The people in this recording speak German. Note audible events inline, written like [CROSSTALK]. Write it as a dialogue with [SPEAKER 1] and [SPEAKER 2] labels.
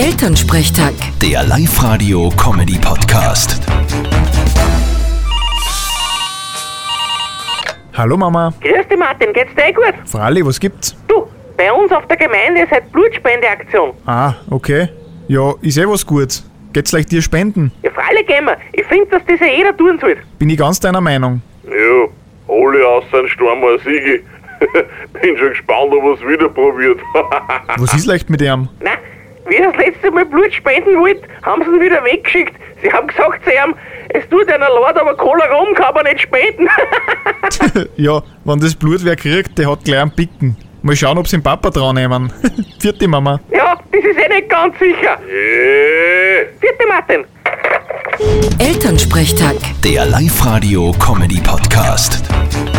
[SPEAKER 1] Elternsprechtag.
[SPEAKER 2] Der Live-Radio-Comedy-Podcast.
[SPEAKER 3] Hallo Mama,
[SPEAKER 4] Grüß dich Martin, geht's dir eh gut?
[SPEAKER 3] Fralli, was gibt's?
[SPEAKER 4] Du, bei uns auf der Gemeinde ist heute Blutspendeaktion.
[SPEAKER 3] Ah, okay. Ja, ist eh was gut. Geht's leicht dir spenden?
[SPEAKER 4] Ja, freilich gehen wir. Ich finde, dass das ja eh jeder tun soll.
[SPEAKER 3] Bin ich ganz deiner Meinung.
[SPEAKER 5] Ja, alle außer ein Sturm als Siege. [LAUGHS] Bin schon gespannt, ob er es wieder probiert. [LAUGHS]
[SPEAKER 3] Was ist leicht mit ihm?
[SPEAKER 4] Na, wie er das letzte Mal Blut spenden wollte, haben sie ihn wieder weggeschickt. Sie haben gesagt zu ihm, es tut einer leid, aber Cola rum kann man nicht spenden. [LAUGHS]
[SPEAKER 3] Ja, wenn das Blut wer kriegt, der hat gleich einen Picken. Mal schauen, ob's den Papa dran nehmen. [LAUGHS] Vierte Mama.
[SPEAKER 4] ja, das ist eh nicht ganz sicher.
[SPEAKER 5] Äh.
[SPEAKER 4] Vierte Martin.
[SPEAKER 1] Elternsprechtag.
[SPEAKER 2] Der Live-Radio-Comedy-Podcast.